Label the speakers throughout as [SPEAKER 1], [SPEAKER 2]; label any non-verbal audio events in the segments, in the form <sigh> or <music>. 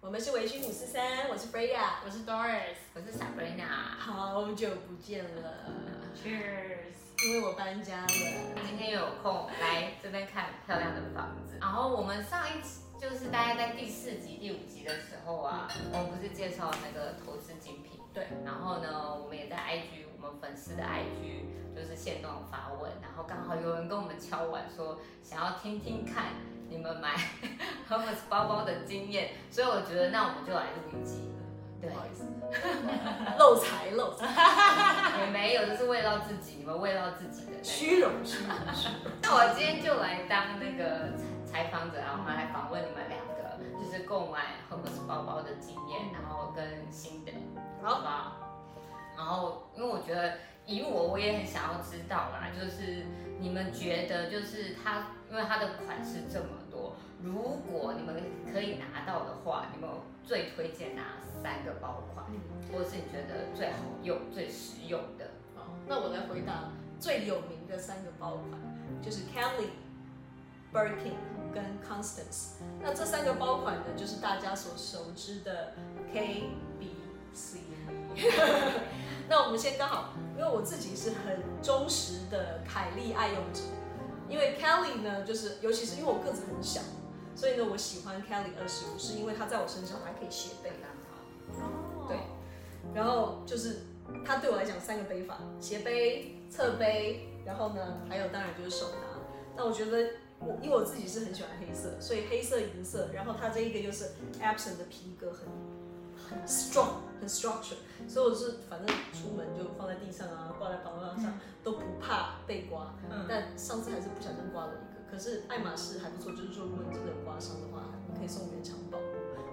[SPEAKER 1] 我们是维醺五四三，我是 Freya，
[SPEAKER 2] 我是 Doris。
[SPEAKER 3] 我是 Sabrina。
[SPEAKER 1] 好久不见了，
[SPEAKER 2] Cheers。
[SPEAKER 1] 因为我搬家了。
[SPEAKER 3] 今天又有空来这边看漂亮的房子。然后我们上一集就是大概在第四集、第五集的时候啊，我们不是介绍那个投资精品？
[SPEAKER 1] 对。
[SPEAKER 3] 然后呢，我们也在 IG，我们粉丝的 IG 就是现动发问，然后刚好有人跟我们敲碗说想要听听看你们买 <laughs> Hermes 包包的经验，所以我觉得那我们就来录一集。对
[SPEAKER 1] 不，好意思，漏财漏财，
[SPEAKER 3] 也没有，就是为了自己，你们为了自己的那个
[SPEAKER 1] 虚荣虚荣虚荣。
[SPEAKER 3] 那我今天就来当那个采访者，然后来访问你们两个，就是购买 Hermes 包包的经验，然后跟心得，好不好？然后，因为我觉得以我，我也很想要知道啦，就是你们觉得，就是它，因为它的款式这么多，如果你们可以拿到的话，你们最推荐哪三个包款，或是你觉得最好用、最实用的？
[SPEAKER 1] 好，那我来回答最有名的三个包款，就是 Kelly、Birkin 跟 Constance。那这三个包款呢，就是大家所熟知的 K、B、C。那我们先刚好，因为我自己是很忠实的凯莉爱用者，因为 Kelly 呢，就是尤其是因为我个子很小，所以呢，我喜欢 Kelly 二十五，是因为它在我身上还可以斜背。对，然后就是它对我来讲三个背法：斜背、侧背，然后呢，还有当然就是手拿。那我觉得我因为我自己是很喜欢黑色，所以黑色、银色，然后它这一个又是 Epson 的皮革很很 strong，很 structure，所以我是反正出门就放在地上啊，挂在防浪上都不怕被刮。
[SPEAKER 2] 嗯
[SPEAKER 1] 但上次还是不小心刮了一个，可是爱马仕还不错，就是说如果你真的有刮伤的话，你可以送原厂保护。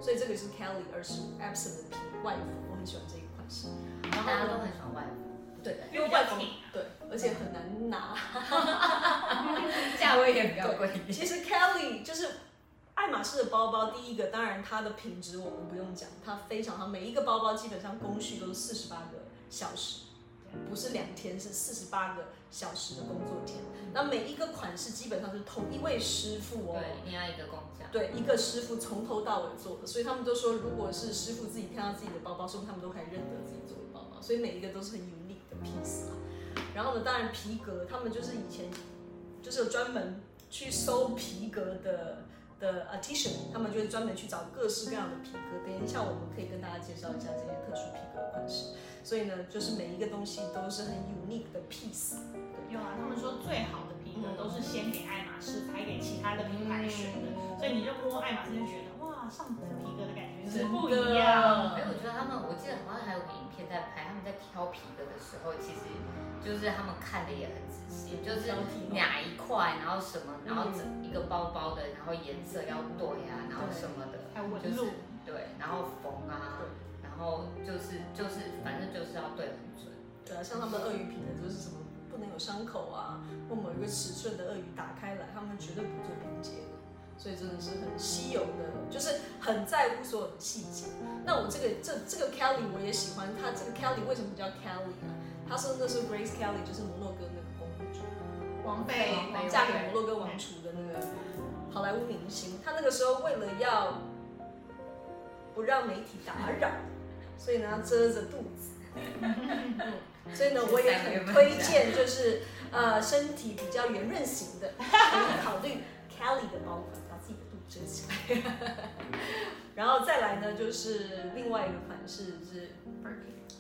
[SPEAKER 1] 所以这个是 Kelly 二十五 Epson 的皮外服，我很喜欢这一个款式。然
[SPEAKER 3] 大家
[SPEAKER 1] 后
[SPEAKER 3] 都
[SPEAKER 1] 呢，
[SPEAKER 3] 很喜欢外服，
[SPEAKER 1] 对，
[SPEAKER 2] 因为比较
[SPEAKER 1] 外服
[SPEAKER 2] 挺
[SPEAKER 1] 对，而且很难拿。 <laughs>
[SPEAKER 3] <laughs> 价位也比较贵一点。
[SPEAKER 1] 其实 Kelly 就是爱马仕的包包，第一个当然它的品质我们不用讲，它非常好，每一个包包基本上工序都是四十八个小时，不是两天，是四十八个小时的工作天。那每一个款式基本上是同一位师傅哦。
[SPEAKER 3] 对，一定要一个工匠。
[SPEAKER 1] 对，一个师傅从头到尾做的，所以他们都说，如果是师傅自己看到自己的包包，说不定他们都可以认得自己做的包包，所以每一个都是很 unique 的 piece 啊。然后呢，当然皮革，他们就是以前就是有专门去搜皮革的的 artisan，他们就会专门去找各式各样的皮革。等一下我们可以跟大家介绍一下这些特殊皮革的款式。所以呢，就是每一个东西都是很 unique 的 piece。
[SPEAKER 2] 有啊，他们说最好的皮革都是先给爱马仕，才给其他的品牌选的，所以你就摸爱马仕就觉得哇，上层皮革的感觉是不一样。
[SPEAKER 3] 哎，我觉得他们，我记得好像还有个影片在拍，他们在挑皮革的时候，其实就是他们看的也很仔细，就是哪一块，然后什么，然后整一个包包的，然后颜色要对啊，然后什么的，
[SPEAKER 2] 还有纹
[SPEAKER 3] 就是
[SPEAKER 2] 路，
[SPEAKER 3] 对，然后缝啊，然后就是就是反正就是要对很准。
[SPEAKER 1] 对啊，像他们鳄鱼皮的就是什么不能有伤口啊，或某一个尺寸的鳄鱼打开来，他们绝对不做拼接的，所以真的是很稀有的，就是很在乎所有的细节。那我这个这这个 Kelly 我也喜欢，她这个 Kelly 为什么叫 Kelly 呢？她说那是 Grace Kelly，就是摩洛哥那个公主，
[SPEAKER 2] 王妃
[SPEAKER 3] 王妃
[SPEAKER 1] 嫁给摩洛哥
[SPEAKER 2] 嗯
[SPEAKER 1] 王储的那个好莱坞明星。她那个时候为了要不让媒体打扰，所以呢她遮着肚子。嗯所以呢，我也很推荐，就是呃，身体比较圆润型的，可以考虑 Kelly 的包款，把自己的肚子遮起来。然后再来呢，就是另外一个款式是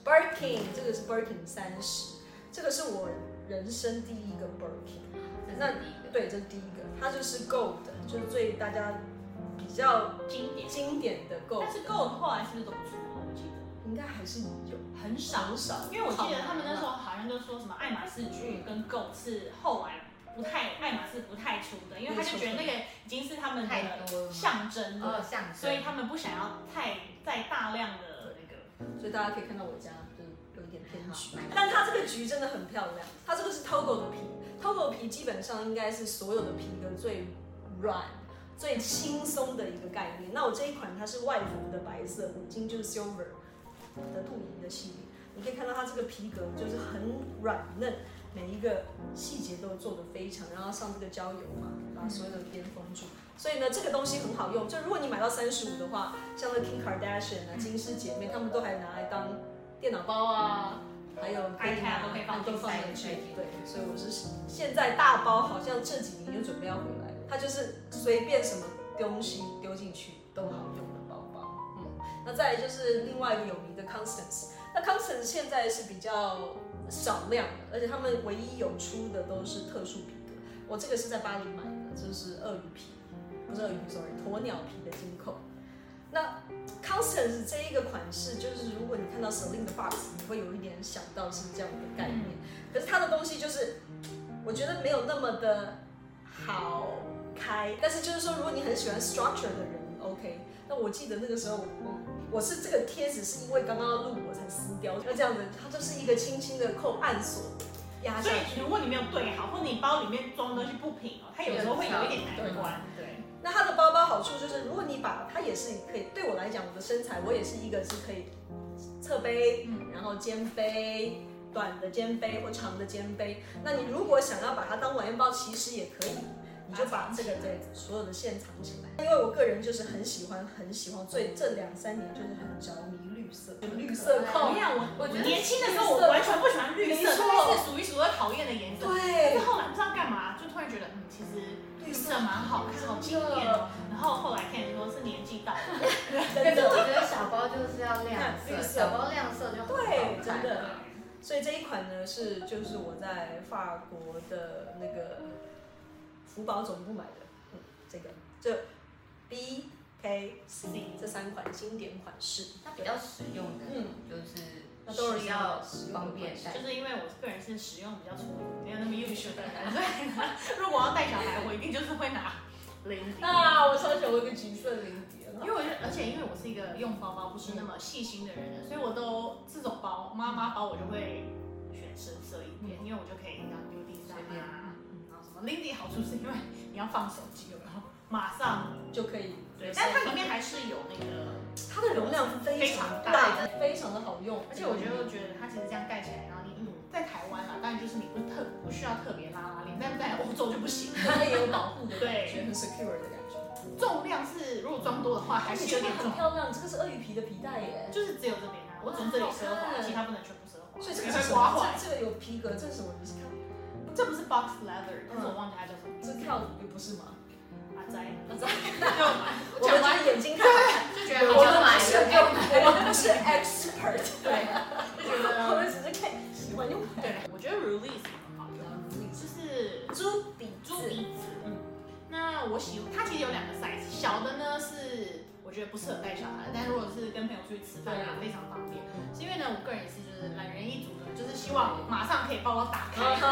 [SPEAKER 1] Birkin，这个是 Birkin 三十，这个是我人生第一个 Birkin。
[SPEAKER 3] 这
[SPEAKER 1] 那
[SPEAKER 3] 是第一个。
[SPEAKER 1] 对，这是第一个，它就是 Gold，就是最大家比较
[SPEAKER 2] 经典。
[SPEAKER 1] 经典的 Gold，
[SPEAKER 2] 但是 Gold 后来是不是都不出了？我记得
[SPEAKER 1] 应该还是有，
[SPEAKER 2] 很少
[SPEAKER 1] 很少，
[SPEAKER 2] 因为我记得他们那时候好像就说什么爱马仕剧跟 Gold 是后来不太爱马仕不太出的，因为他就觉得那个已经是他们
[SPEAKER 3] 太
[SPEAKER 2] 的
[SPEAKER 3] 多了，
[SPEAKER 2] 象征了
[SPEAKER 3] 哦，。象征，
[SPEAKER 2] 所以他们不想要太再大量的那个，
[SPEAKER 1] 所以大家可以看到我家就是有一点偏橘
[SPEAKER 3] 好，
[SPEAKER 1] 但它这个橘真的很漂亮，它这个是 Togo 的皮，Togo 皮基本上应该是所有的皮革最软、最轻松的一个概念。那我这一款它是外服的白色，五金就是 silver 的镀银的系列，你可以看到它这个皮革就是很软嫩，每一个细节都做得非常，然后上这个胶油嘛，把所有的边封住，所以呢，这个东西很好用。就如果你买到三十五的话，像那 Kim Kardashian 啊、
[SPEAKER 2] 嗯
[SPEAKER 1] 金氏姐妹，她们都还拿来当电脑包啊，还有可以
[SPEAKER 2] iPad
[SPEAKER 1] 拿
[SPEAKER 2] 都可以放
[SPEAKER 1] 都放
[SPEAKER 3] 进
[SPEAKER 1] 进
[SPEAKER 3] 去
[SPEAKER 1] 去。对，所以我是现在大包，好像这几年又准备要回来，它就是随便什么东西丢进去都好用的包包。嗯，那再来就是另外一个有名的 Constance，那 Constance 现在是比较少量的，而且他们唯一有出的都是特殊皮革。我这个是在巴黎买的，就是鳄鱼皮，不是鳄鱼皮，sorry，鸵鸟皮的金扣。那 Constance 这一个款式，就是如果你看到 Celine 的 box，你会有一点想到是这样的概念。可是它的东西就是，我觉得没有那么的好开。但是就是说，如果你很喜欢 structure 的人，OK。那我记得那个时候我，我我是这个贴纸是因为刚刚要录我才撕掉，那这样子它就是一个轻轻的扣暗锁压
[SPEAKER 2] 所
[SPEAKER 1] 下
[SPEAKER 2] 以
[SPEAKER 1] 去。
[SPEAKER 2] 如果你没有对好，或者你包里面装的东西不平哦，它有时候会有一点难关。对，
[SPEAKER 1] 那它的包包好处就是，如果你把它也是可以，对我来讲，我的身材我也是一个是可以侧背，
[SPEAKER 2] 嗯
[SPEAKER 1] 然后肩背，短的肩背或长的肩背。那你如果想要把它当晚宴包，其实也可以，你就把这个对所有的线藏起来。因为我个人就是很喜欢，很喜欢，最这两三年就是很着迷绿色，绿色
[SPEAKER 2] 怎
[SPEAKER 1] 扣
[SPEAKER 2] 么，样？我
[SPEAKER 3] 我觉得
[SPEAKER 2] 年轻的时候我完全不喜欢绿色，
[SPEAKER 1] 没错
[SPEAKER 2] 它是数一数二讨厌的颜 <laughs> 色。但
[SPEAKER 1] 对
[SPEAKER 2] 是，后来不知道干嘛，就突然觉得嗯，其实绿色蛮好看，好惊艳哦。然后后来看人说是年纪到了， <laughs>
[SPEAKER 1] 真的。
[SPEAKER 3] 我觉得小包就是要
[SPEAKER 1] 看
[SPEAKER 3] 亮
[SPEAKER 1] 绿
[SPEAKER 3] 色，
[SPEAKER 1] 色
[SPEAKER 3] 小包亮色就很好
[SPEAKER 1] 对真
[SPEAKER 3] 看
[SPEAKER 1] 的所以这一款呢是就是我在法国的那个福宝总部买的，嗯，这个就 B K C 这三款经典款式，
[SPEAKER 3] 它比较实用的，
[SPEAKER 1] 嗯
[SPEAKER 3] 就是
[SPEAKER 1] 那都是
[SPEAKER 3] 需要
[SPEAKER 1] 实用的
[SPEAKER 3] 方便带
[SPEAKER 2] 就。是因为我个人是使用比较粗鲁，没有那么优秀的人，所以 <laughs> 呢如果要带小孩，我一定就是会拿零迪。 <laughs>
[SPEAKER 1] 啊，我超喜欢那个啊橘色领结
[SPEAKER 2] 因为我觉得，而且因为我是一个用包包不是那么细心的人，所以我都这种包妈妈包我就会选深色一点，因为我就可以然后丢地上
[SPEAKER 3] 随
[SPEAKER 1] 嗯
[SPEAKER 3] 便
[SPEAKER 2] 啊，然后什么。Lindy 好处是因为你要放手机，然后马上
[SPEAKER 1] 就可以，
[SPEAKER 2] 对，但它里面还是有那个，
[SPEAKER 1] 它的容量非常大，非常的好用，
[SPEAKER 2] 而且我觉得觉得它其实这样盖起来，然后你在台湾啊，当然就是你不特不需要特别拉拉链，但在欧洲就不 <laughs> 行，
[SPEAKER 1] 它也有保护的感觉，<laughs>
[SPEAKER 2] 对
[SPEAKER 1] 很 secure 的感觉，
[SPEAKER 2] 重量是如果装多的话还
[SPEAKER 1] 而
[SPEAKER 2] 是
[SPEAKER 1] 且这
[SPEAKER 2] 有
[SPEAKER 1] 个
[SPEAKER 2] 点
[SPEAKER 1] 很
[SPEAKER 2] 重，
[SPEAKER 1] 漂亮，这个是鳄鱼皮的皮带耶，
[SPEAKER 2] 就是只有这边啊，我只能这里奢
[SPEAKER 1] 好
[SPEAKER 2] 华，
[SPEAKER 1] 看
[SPEAKER 2] 其他不能全部奢华，
[SPEAKER 1] 所以这
[SPEAKER 2] 因
[SPEAKER 1] 个是
[SPEAKER 2] 为会
[SPEAKER 1] 什
[SPEAKER 2] <laughs> 刮
[SPEAKER 1] 么
[SPEAKER 2] 坏？。
[SPEAKER 1] 这这个有皮革，这是什么？你是看，
[SPEAKER 2] 这不是 box leather，但是我忘记它叫什么。
[SPEAKER 1] 这跳也不是吗？
[SPEAKER 2] 阿仔，
[SPEAKER 1] 阿仔
[SPEAKER 2] 就
[SPEAKER 1] 我
[SPEAKER 2] 讲
[SPEAKER 1] 们
[SPEAKER 2] 完
[SPEAKER 1] 只是眼睛看看。
[SPEAKER 2] 就觉得
[SPEAKER 3] 我们
[SPEAKER 2] 好像
[SPEAKER 3] 买了就买
[SPEAKER 1] 我们不是 expert，
[SPEAKER 2] 对，就觉
[SPEAKER 1] 我们
[SPEAKER 2] 得
[SPEAKER 1] 只是看喜欢用
[SPEAKER 2] 对。我觉得 release 很好用，就是
[SPEAKER 1] 猪鼻
[SPEAKER 2] 猪鼻子。嗯，那我喜它其实有两个 size，小的呢是我觉得不适合带小孩，但如果是跟朋友出去吃饭啊，非常方便。是因为呢，我个人也是就是懒人一族呢，就是希望马上可以包包打
[SPEAKER 1] 嗯
[SPEAKER 2] 开。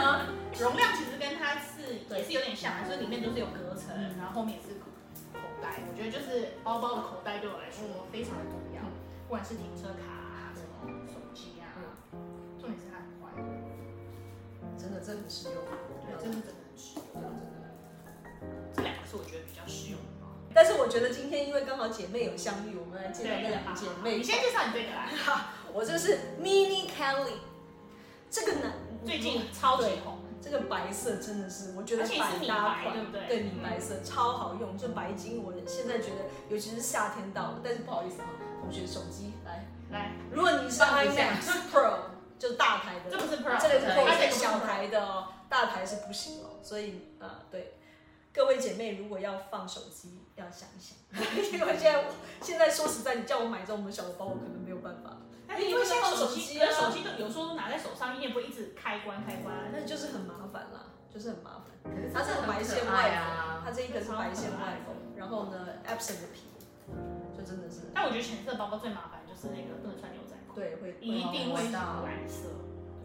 [SPEAKER 2] 容量其实跟它是也是有点像，所以里面都是有隔层，然后后面也是口袋。我觉得就是包包的口袋对我来说非常的重要，不管是停车卡啊、什么手机啊，重点是它很快，
[SPEAKER 1] 真的，这很实用。
[SPEAKER 2] 对，这是真的很实用。这两个是我觉得比较实用的包。
[SPEAKER 1] 但是我觉得今天因为刚好姐妹有相遇，我们来介绍那两个姐妹
[SPEAKER 2] 你。先介绍你这个啦，
[SPEAKER 1] 我这是 Mini Kelly，这个男
[SPEAKER 2] 最近超级红，
[SPEAKER 1] 这个白色真的是，我觉得
[SPEAKER 2] 而且是米白
[SPEAKER 1] 搭款，
[SPEAKER 2] 对不对
[SPEAKER 1] 对，米白色超好用，就白金，我现在觉得，尤其是夏天到了，但是不好意思啊，同学手机来，
[SPEAKER 2] 来，
[SPEAKER 1] 如果你是
[SPEAKER 3] 放一下
[SPEAKER 1] iMac Pro，就大台的，
[SPEAKER 2] 这不是 Pro，
[SPEAKER 1] 这个是
[SPEAKER 3] 它
[SPEAKER 1] 它
[SPEAKER 2] 这
[SPEAKER 1] 是
[SPEAKER 2] 个
[SPEAKER 1] 小台的哦，大台是不行哦。所以啊、呃对，各位姐妹如果要放手机，要想一想， <laughs> 因为现在现在说实在，你叫我买这种小的包，我可能没有办法，
[SPEAKER 2] 但是因为现在手机，
[SPEAKER 1] 因为
[SPEAKER 2] 可
[SPEAKER 1] 现在
[SPEAKER 2] 是
[SPEAKER 1] 手
[SPEAKER 2] 手机都有时候都拿在手上，你也不会一直开关开关啊，
[SPEAKER 1] 那就是很麻烦啦，就是很麻烦。
[SPEAKER 3] 可是
[SPEAKER 1] 它这个白线
[SPEAKER 3] 很可
[SPEAKER 1] 外
[SPEAKER 3] 爱
[SPEAKER 1] 缝，它
[SPEAKER 3] 啊，
[SPEAKER 1] 这一个是白线外缝，然后呢，Epson 的皮，就真的是
[SPEAKER 2] 但我觉得浅色包包最麻烦就是那个不能穿牛仔裤，
[SPEAKER 1] 对会
[SPEAKER 2] 一定会是蓝色。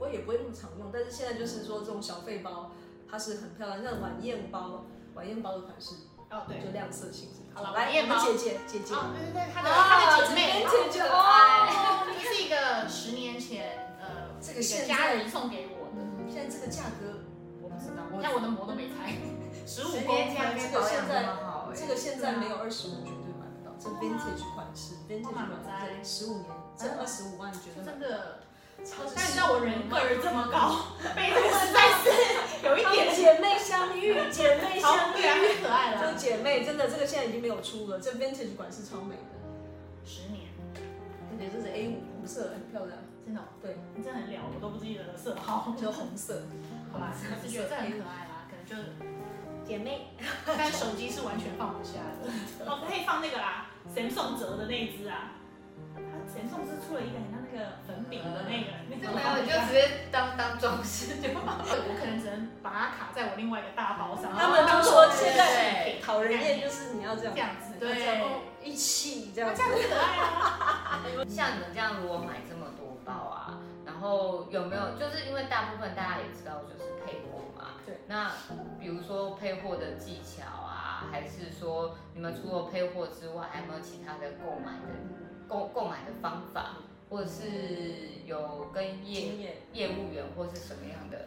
[SPEAKER 1] 我也不会那么常用，但是现在就是说这种小费包，它是很漂亮，像晚宴包，晚宴包的款式
[SPEAKER 2] 哦，对。
[SPEAKER 1] 就亮色性质。
[SPEAKER 2] 好了
[SPEAKER 1] 来，
[SPEAKER 2] 晚宴
[SPEAKER 1] 我们
[SPEAKER 2] 包
[SPEAKER 1] 姐姐姐姐，
[SPEAKER 2] 哦，对对对，她的她
[SPEAKER 1] 啊
[SPEAKER 2] 的姐
[SPEAKER 1] 姐哎
[SPEAKER 2] 妹，
[SPEAKER 1] 姐
[SPEAKER 3] 哦，
[SPEAKER 2] 哦，这是一个十年前呃，
[SPEAKER 1] 这个
[SPEAKER 2] 这个
[SPEAKER 1] 现在
[SPEAKER 2] 家人送给我的，
[SPEAKER 1] 嗯现在这个价格，
[SPEAKER 3] 我不知道，
[SPEAKER 2] 你看我的膜都没拆，十五
[SPEAKER 3] 十
[SPEAKER 2] 公
[SPEAKER 3] 年
[SPEAKER 2] 分，
[SPEAKER 3] 前跟保养那么好哎
[SPEAKER 1] 这个现在没有二十五绝对买不到，这 vintage 款式，vintage 款式，十五年，这二十五万绝对
[SPEAKER 2] 真
[SPEAKER 1] 买。
[SPEAKER 2] 的
[SPEAKER 1] 超级
[SPEAKER 2] 但你知道我人个儿这么高，被这个实在是有一
[SPEAKER 1] 她们
[SPEAKER 2] 点
[SPEAKER 1] 哎姐妹相遇，姐妹
[SPEAKER 2] 好
[SPEAKER 1] 相
[SPEAKER 2] 对啊，
[SPEAKER 1] 遇，
[SPEAKER 2] 太可爱
[SPEAKER 1] 这
[SPEAKER 2] 了。
[SPEAKER 1] 姐妹真的这个现在已经没有出了，这 vintage 款式超美的，
[SPEAKER 2] 十年，
[SPEAKER 1] 而且这是 A 五红色，很漂亮，
[SPEAKER 2] 真的哦，
[SPEAKER 1] 对，
[SPEAKER 2] 你真的很了，我都不记得了色号。
[SPEAKER 1] 就红色
[SPEAKER 2] 好吧，只是觉得这很可爱啦，可能就，
[SPEAKER 1] 姐妹，
[SPEAKER 2] 但手机是完全放不下的。 <laughs> 哦，可以放那个啦，Samsung 折的那一只啊。它 Samsung 是出了一个很像那个粉饼的那个，那
[SPEAKER 3] 这
[SPEAKER 2] 个
[SPEAKER 3] 没有，你就直接当当装饰就好。
[SPEAKER 2] 我可能只能把它卡在我另外一个大包上。
[SPEAKER 1] 他们都说现
[SPEAKER 3] 在
[SPEAKER 1] 讨人厌就是你要这样
[SPEAKER 2] 这，样子，
[SPEAKER 1] 要这样
[SPEAKER 2] 对，
[SPEAKER 1] 哦一起这
[SPEAKER 2] 那
[SPEAKER 1] 样
[SPEAKER 2] 这。样很可爱啊。
[SPEAKER 3] 像你们这样，如果买这么多包啊，然后有没有就是因为大部分大家也知道就是配货嘛，
[SPEAKER 1] 对。
[SPEAKER 3] 那比如说配货的技巧啊，还是说你们除了配货之外，还有没有其他的购买的购购买的方法，或者是有跟业
[SPEAKER 1] 经验。
[SPEAKER 3] 业务员或是什么样的